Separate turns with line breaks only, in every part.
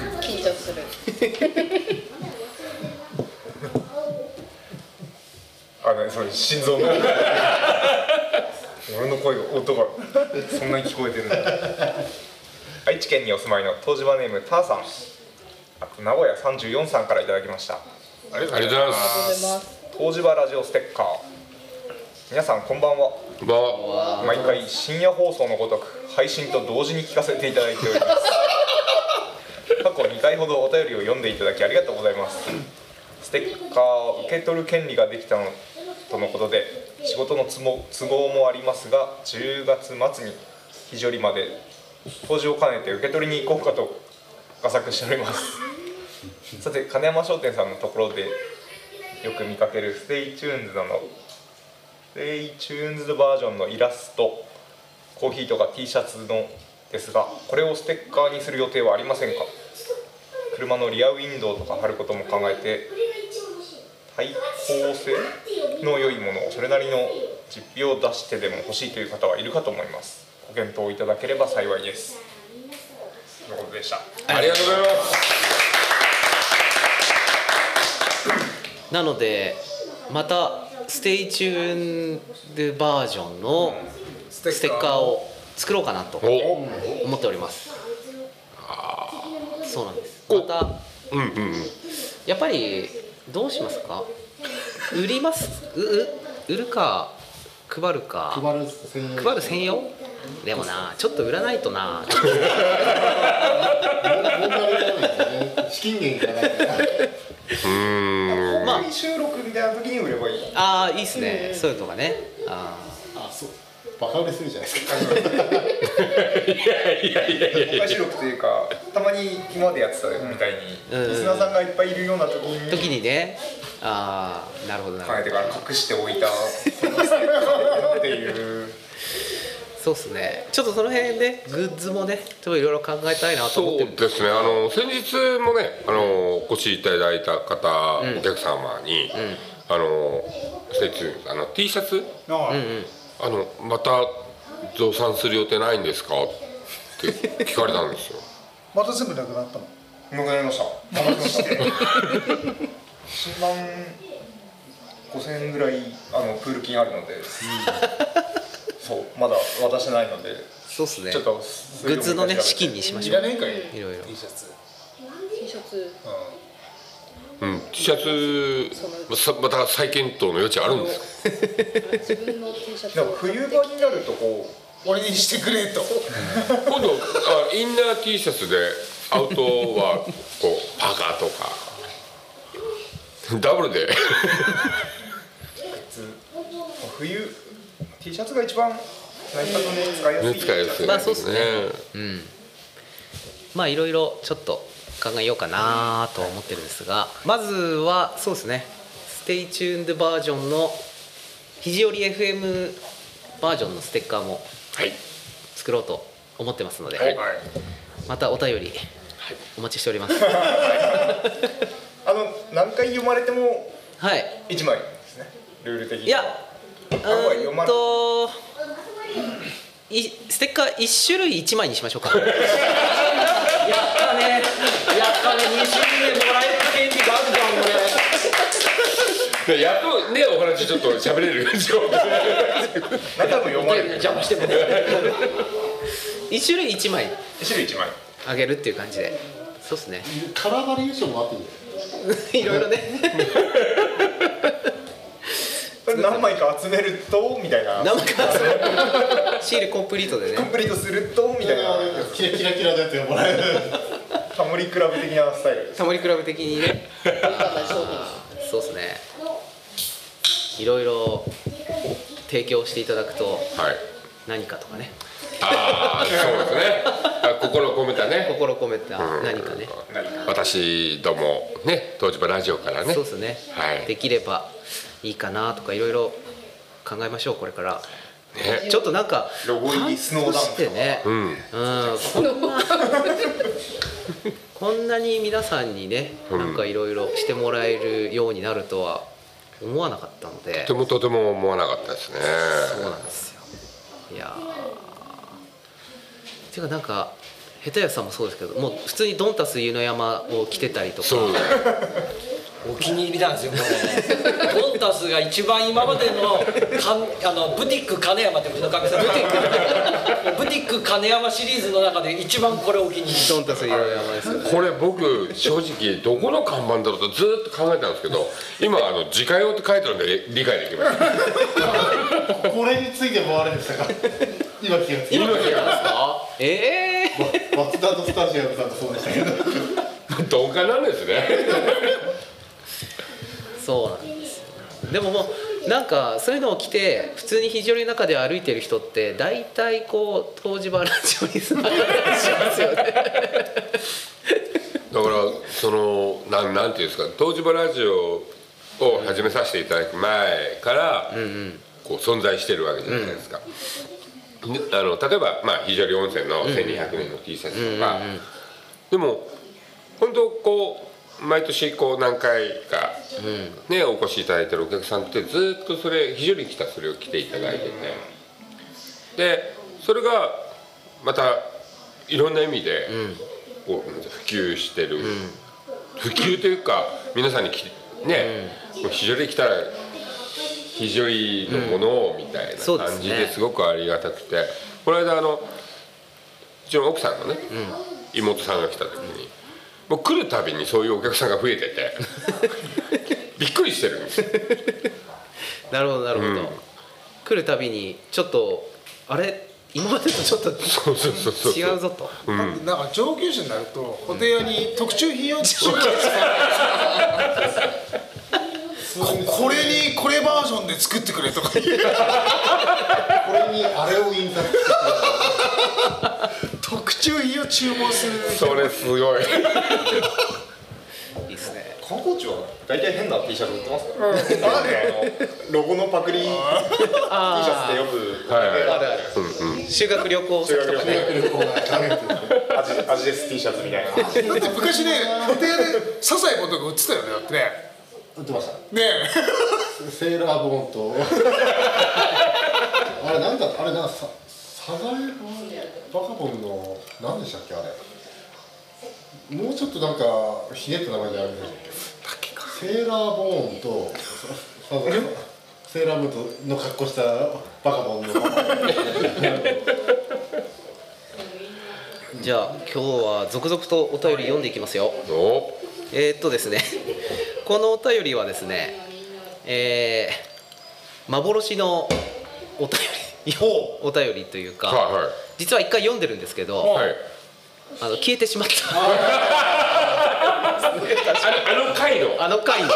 す る
あねそれ心臓の俺の声が音がそんなに聞こえてるんだ愛知県にお住まいの東芝ネームターさんあと名古屋34さんからいただきました
ありがとうございま
ありがとうございます
東芝ラジオステッカー皆さんこんばんは
すこんばんは
毎回深夜放送のごとく配信と同時に聞かせていただいております過去2回ほどお便りを読んでいただきありがとうございますステッカーを受け取る権利ができたのとのことで仕事の都合都合もありますが10月末に非常理まで当時を兼ねて受け取りに行こうかと画策しておりますさて金山商店さんのところでよく見かけるステイチューンズなのレイチューンズバージョンのイラストコーヒーとか T シャツのですがこれをステッカーにする予定はありませんか車のリアウィンドウとか貼ることも考えて対抗性の良いものをそれなりの実費を出してでも欲しいという方はいるかと思いますご検討いただければ幸いですとのことでした
ありがとうございます
なのでまたステイチューンドバージョンの
ス
ステッカーを作ろうかなと
お
思っておりますそうなんです
お
また
うんうんうん
やっぱりどうしますか売りますうう売るか配るか
配る専用
配る専用でもなちょっと売らないとな
問題がないからね資金源がないから
まあ収録みたいな時に売ればいい
ああいいっすねそういうとかねあ
あそうバカ売れするじゃないですか
公開収録というかたまに今までやってたみたいに、
うん
リスナーさんがいっぱいいるような時
ー
に
時にねああなるほどなる
考
ほど
えてから隠しておいたこのステッカーっていう
そうっすねちょっとその辺でグッズもねちょっといろいろ考えたいなと思
そ
っ
う
てる
ですねあの先日もねあのお越しいただいた方、お客様に、あのステッチューンズあの T シャツ
の、
あのまた増産する予定ないんですかって聞かれたんですよ
また全部なくなったの
なくなりましたなくなりました1万5000円ぐらいあのプール金あるので、そうまだ渡してないので
そうっすね
ちょっと
グッズのね資金
に
にしま
い
しょ
ら
う
ねえかい
いろいろ
T シャツ
T シャツ
うん T シャツまさまた再検討の余地あるんですか
自分の T シャツ
で
を
も冬場になるとこう
俺にしてくれと
今度あインナー T シャツでアウトはこう パーカーとかダブル で
冬 T シャツが一番何かとね使いやすい
使いやすい
まあそうっすね
ね
まあいろいろちょっと考えようかなとは思ってるんですがまずはそうですねステイチューンドバージョンの肘折 FM バージョンのステッカーも
はい
作ろうと思ってますので、
はい
またお便りお待ちしております
あの何回読まれても
はい
一枚ですねルール的に
いやう
あこれ読
ー
ま
ん
ない
といステッカー1種類1枚にしましょうかやったねやったね2種類もらえる権利があるじゃんこれ
でやっとねお話ちょっと喋れるようにしようと
何回も読まれる
じゃあ押しても一種類一枚
一種類一枚
あげるっていう感じでそうっ すね
カラーバリエーションもあっていい
い
よ
ろいろね
それ何枚か集めるとみたいな
生かシールコンプリートで
コン
ね
プリートするとみたいな
キラキラキラのやつがもらえる
タモリクラブ的なスタイルです
タモリクラブ的にねあーそうっすねいろいろ提供していただくと
はい
何かとかね
ああそうですねあ心を込めたね
心込めた何かね
私どもね東芝ラジオからね
そうっすね
はい
できればいいかなとかいろいろ考えましょうこれから
ね
ちょっとなんか
ロゴ入りスノーダウンと
し
か
てね
うん
うん、こんな こんなに皆さんにね、
うん
なんかいろいろしてもらえるようになるとは思わなかったので
とてもとても思わなかったですね
そうなんですよいやーていうかなんか下手屋さんもそうですけどもう普通にドンタス湯の山を着てたりとか
そうだよ
お気に入りなんですよこれドンタスが一番今までのかんあのブティック金山ってうちのかみさんブティックブティック金山シリーズの中で一番これお気に入り
ドンタス湯の山ですよね
これ僕正直どこの看板だろうとずっと考えたんですけど今あの「自家用」って書いてるんで理解できます
これについてもあれでしたか今気がつい
今
た
気が
ええ
松田のスタジアムさんもそうでしたけど
鈍感なんです ね
そうなんですよでももうなんかそういうのを着て普通に肘折りの中で歩いてる人って大体こう東芝ラジオに座ったりしますよね
だからそのなんなんていうんですか東芝ラジオを始めさせていただく前から、こう存在してるわけじゃないですか、であの例えば、まあ、非常に温泉の1200年の T シャツとか、でも本当こう毎年こう何回か、ねお越しいただいてるお客さんってずっとそれ非常に来たそれを着ていただいててでそれがまたいろんな意味で、こう普及してる、普及というか皆さんにきね、もう非常に来たら非常にのものをみたい
そう
な
ですね
感じですごくありがたくて、この間あのうちの奥さんのね、妹さんが来た時にもう来るたびにそういうお客さんが増えてて びっくりしてるんですよ
なるほどなるほど、
うん
来るたびにちょっとあれ今までとちょっと
そうそうそうそう
違うぞと
なんか上級者になるとホテル屋に特注品を出品これにこれバージョンで作ってくれとか言う
これにあれを印刷して
特注品を注文する
それすごい
いいですね
観光地は大体変な T シャツ売ってますからね、あのロゴのパク リ T シャツでよく
はい、
あるある、修学旅行先とかね
くるコーナーダメって
アジアジです T シャツみたいな
だって昔ねホテル屋でサザエことが売ってたよねだってね
売ってました
ね
セーラーボーンと あれなんだあれなんかササザエバカボンの何でしたっけあれもうちょっとなんかひねった名前じゃありませんでしたっけセーラーボーンとササザエセーラームーンの格好したバカボンの名 前
じゃあ今日は続々とお便り読んでいきますよ
お
えー、っとですね このお便りはですねえー、幻のお便りお便りというか、
は
実は一回読んでるんですけ
い
ど
はいはい
あの消えてしまった
あのあの回の
あの回の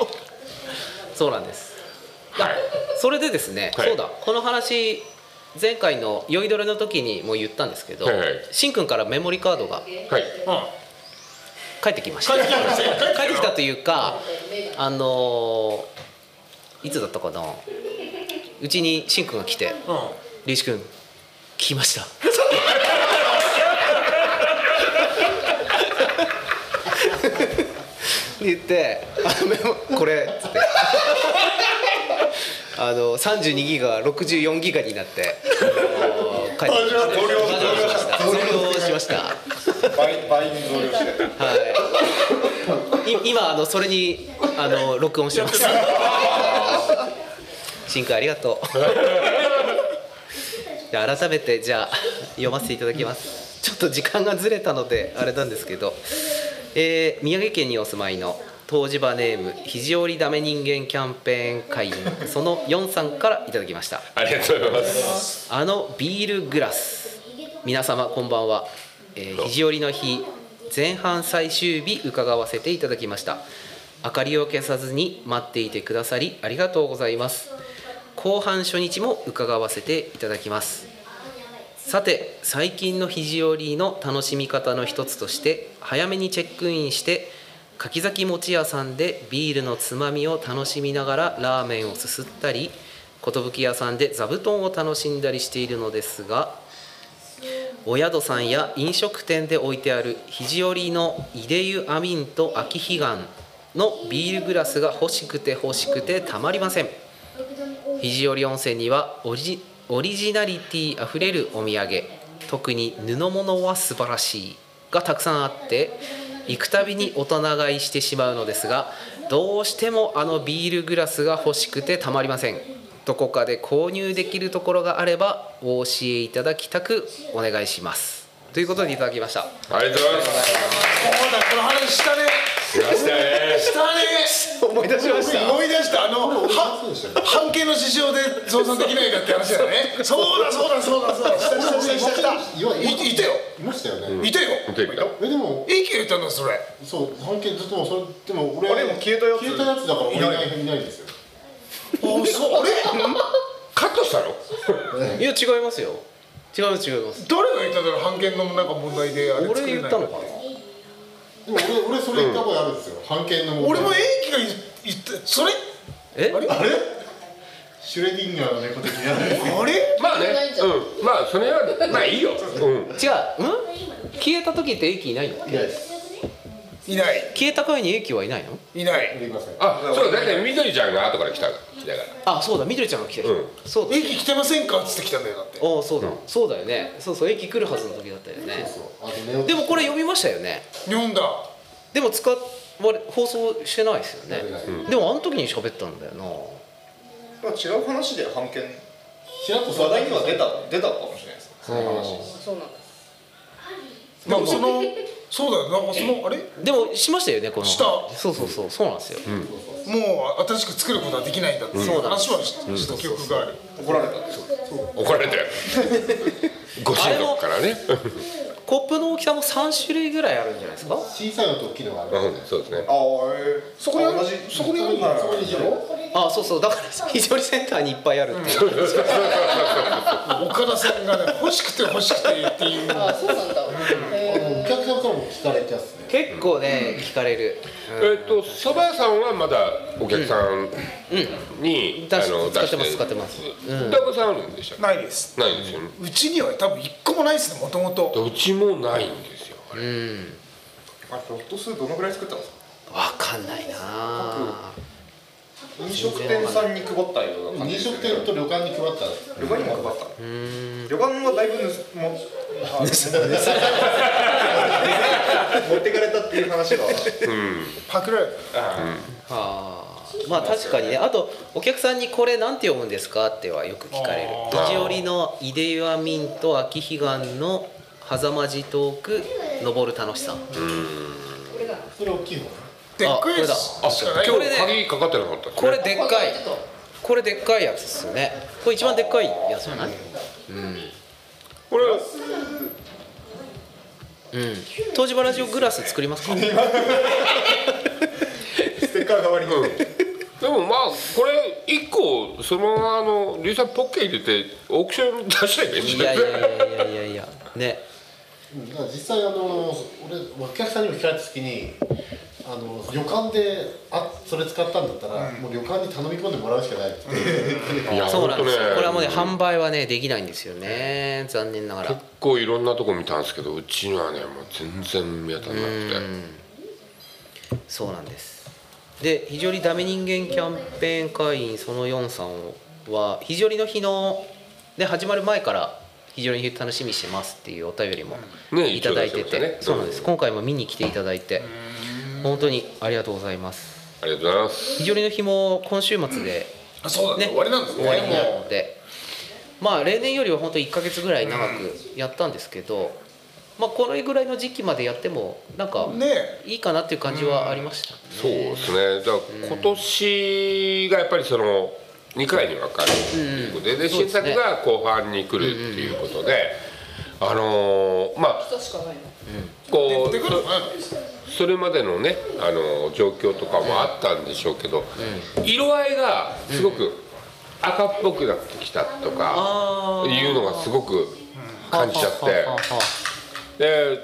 そうなんです
はい
それでですね、
はい
そうだこの話前回の酔いどれの時にも言ったんですけど、
はいはい
しんくんからメモリカードが
はい
帰ってきました帰ってきたというかあのーいつだったかなうちにしんくんが来て「リーシ君聞きました」って言って「あメモこれ」っつってあの32ギガ64ギガになってあの帰ってきました
同僚
同僚しました増量しました
倍倍に増量して
はい。い今あのそれにあの録音してます。シンクありがとう。で改めてじゃあ読ませていただきます。ちょっと時間がずれたのであれなんですけど、えー宮城県にお住まいの東芝ネーム肘折ダメ人間キャンペーン会員その4さんからいただきました。
ありがとうございます
あのビールグラス皆様こんばんは、えー、肘折の日前半最終日伺わせていただきました明かりを消さずに待っていてくださりありがとうございます後半初日も伺わせていただきますさて最近の肘折の楽しみ方の一つとして早めにチェックインして柿崎餅屋さんでビールのつまみを楽しみながらラーメンをすすったり寿屋さんで座布団を楽しんだりしているのですがお宿さんや飲食店で置いてある肘折の井出湯アミンと秋彼岸のビールグラスが欲しくて欲しくてたまりません肘折温泉にはオリジオリジナリティあふれるお土産特に布物は素晴らしいがたくさんあって行くたびに大人買いしてしまうのですがどうしてもあのビールグラスが欲しくてたまりませんどこかで購入できるところがあればお教えいただきたくお願いしますということでいただきました
ありがとうございます
だこの話したね
来ましたね
したね
思い出しました
思い出したあのは
そうでしたよ
半径の事情で増産できないかって話だよねそうだそうだそうだそうだしたしたしたしたしたいいたよ
いましたよね、
いたよ
見てみた
えでも
いい気が言ったんだそれ
そう半径ずっともうそれでも俺
俺も消えたやつ
消えたやつだから俺いないいないんですよ
おそうあれ
カットしたの
いや違いますよ違います違います
誰が言ったんだろう判件のなんか問題であれ
俺
作れ
言
な
っ
い
たのかな
でも俺俺それ言ったことあるんですよ、半径の問題
俺も英気が言ったそれ
え
あれシュレディンガーの猫的な
あれ
まあねうんまあそれはまあいいようん
違う、うん、消えた時って駅いないの
いないです
いない
消えた回に駅はいないの
いない
できません
あそうだってみどりちゃんが後から来た来たから
あそうだみどりちゃんが来てる、
うん
そうだ
英気来てませんかっつって来たんだよだって
ああそうだ、そうだよねそうそう駅来るはずの時だったよね
あとネオ
でもこれ読みましたよね
日本だ
でも使われ放送してないですよね
してない、
でもあの時に喋ったんだよな
まあ、違う話で判件
ちらっと
話題には出た出たかもしれないですその話
そうなんだ
まあそのそうだよなんかそのあれ
でもしましたよねこの話
した
そうそうそうそうなんですよ、
もう新しく作ることはできないんだっていう
そうだ
話はした記憶がある
怒られたんでしょ
怒られ たよご親族からね
コップの大きさも3種類ぐらいあるんじゃないですか
小さいのと大きいのがある
うんそうですね
ああええそこに同じそこにあるんだ
そこにいるの
ああそうそうだから非常にセンターにいっぱいあるっていう、
岡田さんがね欲しくて欲しくてっていう
あーそうなんだへ
お客さんからも聞かれちゃうっすね
結構ね、聞かれる
えっと蕎麦屋さんはまだお客さんに、
出
あ
し
の
使
出
って
して
ます
る
使ってます
歌子さんあるんでしたっ
ないです
けないんですよね
うちには多分一個もないですねもともと
うちもないんですよあれ
あひょっとするとどのぐらい作ったんですか
わかんないな
飲食店さんに配ったような感じ
飲
ですよ
食
ね
店と旅館に配ったんです
旅館にも配った旅館はだいぶ盗もあ持ってかれたっていう話が
パクられた
あーまあ確かにねあとお客さんに「これなんて読むんですか?」ってはよく聞かれる藤織の「出岩ミンと秋彼岸の狭間地遠く登る楽しさ」
それ大きい方
でっかいやつ
あ
あ
しかない
今
これ
日
ね
鍵かかってなかったですね
これでっかいこれでっかいやつっすよねこれ一番でっかいやつじゃない
これ
うん東芝ラジオグラス作り ますか
ステッカー代わりに
でもまあこれ一個そのままあのリュウさんポッケ入れてオークション出したいね
いやいやいやいやいやいやね
だから実際あの俺お客さんにも聞かれた時にあの旅館であそれ使ったんだったら、もう旅館に頼み込んでもらうしかないって、
いや
そうなんです
ほと
よこれはもうね販売はねできないんですよね残念ながら
結構いろんなとこ見たんですけどうちにはねもう全然見当たらなく
そうなんですで非常にダメ人間キャンペーン会員その4さんは非常にの日ので始まる前から非常に楽しみにしてますっていうお便りも
ね
いただいてて、
一応出してましたね
そうなんです、今回も見に来ていただいて本当にありがとうございます
てありがとうございます
非常にの日も今週末で
あそうだね
ね
終わりなんです
終わりに
ね
なるのでまあ例年よりは本当1か月ぐらい長くやったんですけど、まあこれぐらいの時期までやってもなんか
もうねえ
いいかなっていう感じはありました、
そうですねだから今年がやっぱりその2回に分かれるっていうことで,、で
そうで
新
す
作
ね
が後半に来るっていうことで、あのーまあ
ー人しかないの
こ
持って
う
くるのかな
そそれまでのねあのー状況とかもあったんでしょうけど、色合いがすごく赤っぽくなってきたとか
あー
いうのがすごく感じちゃって。
はあはあはあ
で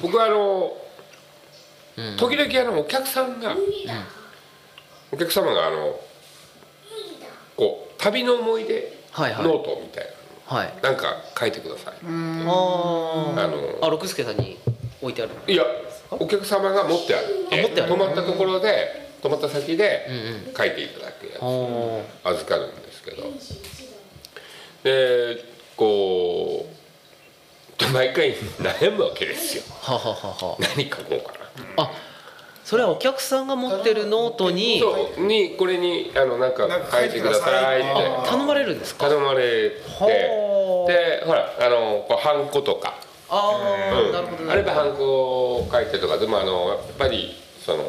僕はあの、時々あのお客さんが、お客様があのこう旅の思い出
はいはい
ノートみたい
はい。
な、なんか書いてください、
あ
あ
あ
の
あ、六助さんに置いてある。
いやお客様が持ってあって
あ持ってある
泊まったところで泊まった先で書いていただくやつ、
あー
預かるんですけどでこう毎回悩むわけで すよ
はははは
何書こうかな
あそれはお客さんが持ってるノートに
そうにこれにあのなんか
なんか
書
書
い
い
て
て
く
く
だ
だ
さ
さ
い
い
って
頼まれるんですか
頼まれて
ほう
でほらあのこうハンコとか、
ああ、
うん
なるほど
あ
な
れ
る
ば
ほ
ハンコを書いてとかでもあのやっぱりその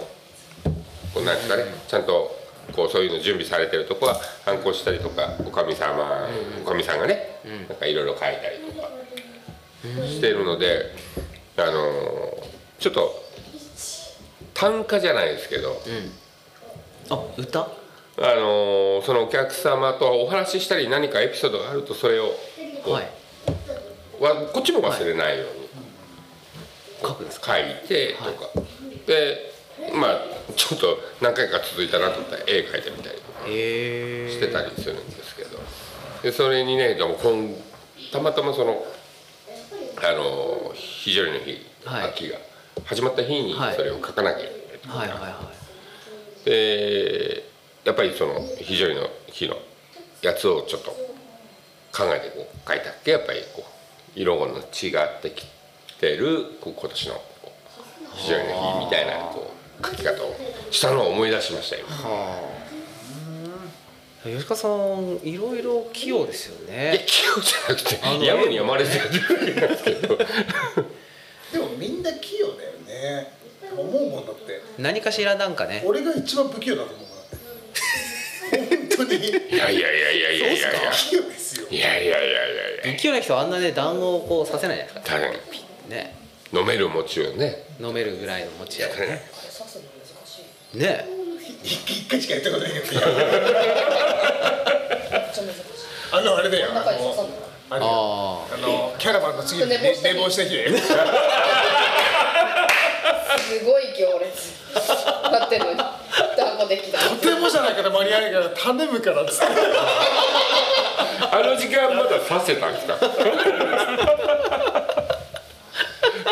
こうなんですかねちゃんとこうそういうの準備されてるとこはハンコしたりとかおかみ様おかみさんがねなんかいろいろ書いたりとかしてるのであのちょっと単価じゃないですけど、
どあ歌
あのーそのお客様とお話ししたり何かエピソードがあるとそれをこう
はい
わこっちも忘れないように
書くんですか
書いてとか、でまあちょっと何回か続いたなと思ったら絵描いてみたりとか
へえ
してたりするんですけどでそれにねでも今たまたまそのあのー非常にの日、
はい
秋が始まった日に
はい
それを書かなきゃいけないとか
はいはいは
でやっぱりその非常にの日のやつをちょっと考えてこう書いたっけやっぱりこう色の違ってきてるこう今年のこう非常にの日みたいなこう書き方をしたのを思い出しましたよ。
い吉川さんいろいろ器用ですよ
いや
ね
器用じゃなく
あの
てやむにやまれてるだけなんですけど
でもみんな器用だよね思うもんだって
何かしらなんかね
俺が一番不器用だと思うから本 当に
いやいやいやいやいやいやいや
器用ですよ
いやいやいやいやいや
不器用な人はあんなね団子をこうさせないじゃないですか
大変
ね
飲める餅をね
飲めるぐらいの持ち合いねね
一回しかやったことないけどあのあれだよあ
中に刺さん
の
の
あれだよ
あ
あのキャラバンの次にね寝坊した日だよ
すごい行列なってるのに団子できた
とてもじゃないから間に合わないから頼むからっつって
あの時間まださせたんですか。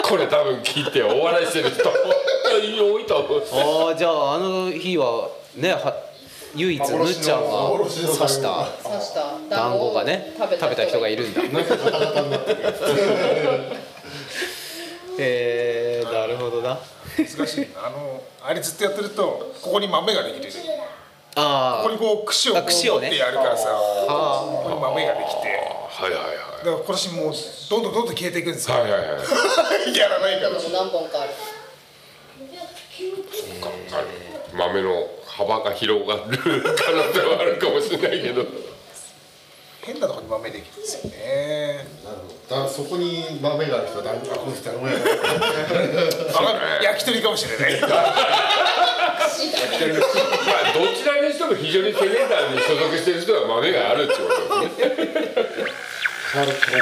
これ多分聞いてお笑いしてる人多いと思う。
あああじゃああの日はねは唯一むっちゃんが刺
幻の
した
刺した
団子がね食べた人がい
る
るんだ
なんかガタガタになってる
えー、なるほどな
難しいなあのあれずっとやってるとここに豆ができるこ
あ
こにこう串をこ
あ
う
串を
持っ
ね
てやるからさ
ああ
ここに豆ができて
はいはいは
だから今年もうどんどんどんどん消えていくんですよ
い。はいはいはい。
やらないか
の
ら
も何本 かある
豆の幅が広がる可能性はあるかもしれないけど。
変なとこに豆できるんですよね
なるほどだそこに豆がある人はだんだんこの人は 飲めない
ね
焼き鳥かもしれないあ
まあどちらにしても非常にセレンダーに所属してる人は豆があるってことですね。